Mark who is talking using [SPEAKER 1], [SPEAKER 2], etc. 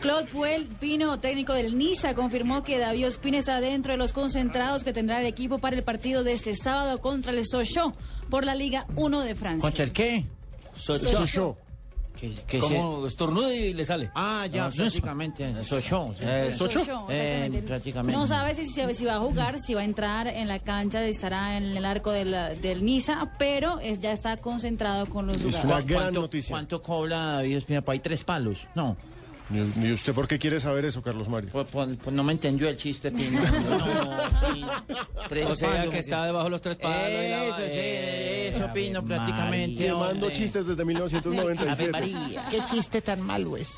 [SPEAKER 1] Claude Puel, Pino, técnico del Niza, confirmó que David Ospina está dentro de los concentrados que tendrá el equipo para el partido de este sábado contra el Sochaux por la Liga 1 de Francia.
[SPEAKER 2] ¿Contra el eh, qué?
[SPEAKER 3] Sochaux.
[SPEAKER 2] Que, que
[SPEAKER 3] Como estornude y le sale.
[SPEAKER 2] Ah, ya,
[SPEAKER 3] No,
[SPEAKER 2] prácticamente. Sochón.
[SPEAKER 3] Eh,
[SPEAKER 1] Sochaux,
[SPEAKER 2] Eh,
[SPEAKER 1] exactamente.
[SPEAKER 2] prácticamente.
[SPEAKER 1] No sabe si, si- si va a jugar, si va a entrar en la cancha, estará en el arco del, del Niza, pero es- ya está concentrado con los
[SPEAKER 2] ¿Cu-
[SPEAKER 1] jugadores.
[SPEAKER 2] ¿Cuánto,
[SPEAKER 4] Una gran noticia.
[SPEAKER 2] ¿Cuánto cobra David Ospina? Para ahí tres palos. No.
[SPEAKER 4] ¿Y y usted por qué quiere saber eso, Carlos Mario?
[SPEAKER 2] Pues, pues- pues no me entendió el chiste, Pino. No, Pino. Tres
[SPEAKER 3] O sea,
[SPEAKER 2] palos,
[SPEAKER 3] que
[SPEAKER 2] porque-
[SPEAKER 3] está debajo de los tres palos. y la-
[SPEAKER 2] Eso, sí,
[SPEAKER 3] Eh,
[SPEAKER 2] eso,
[SPEAKER 3] Ave
[SPEAKER 2] Pino,
[SPEAKER 3] María.
[SPEAKER 2] prácticamente.
[SPEAKER 4] Quemando
[SPEAKER 2] hombre.
[SPEAKER 4] chistes desde 1997.
[SPEAKER 2] Qué chiste tan malo es.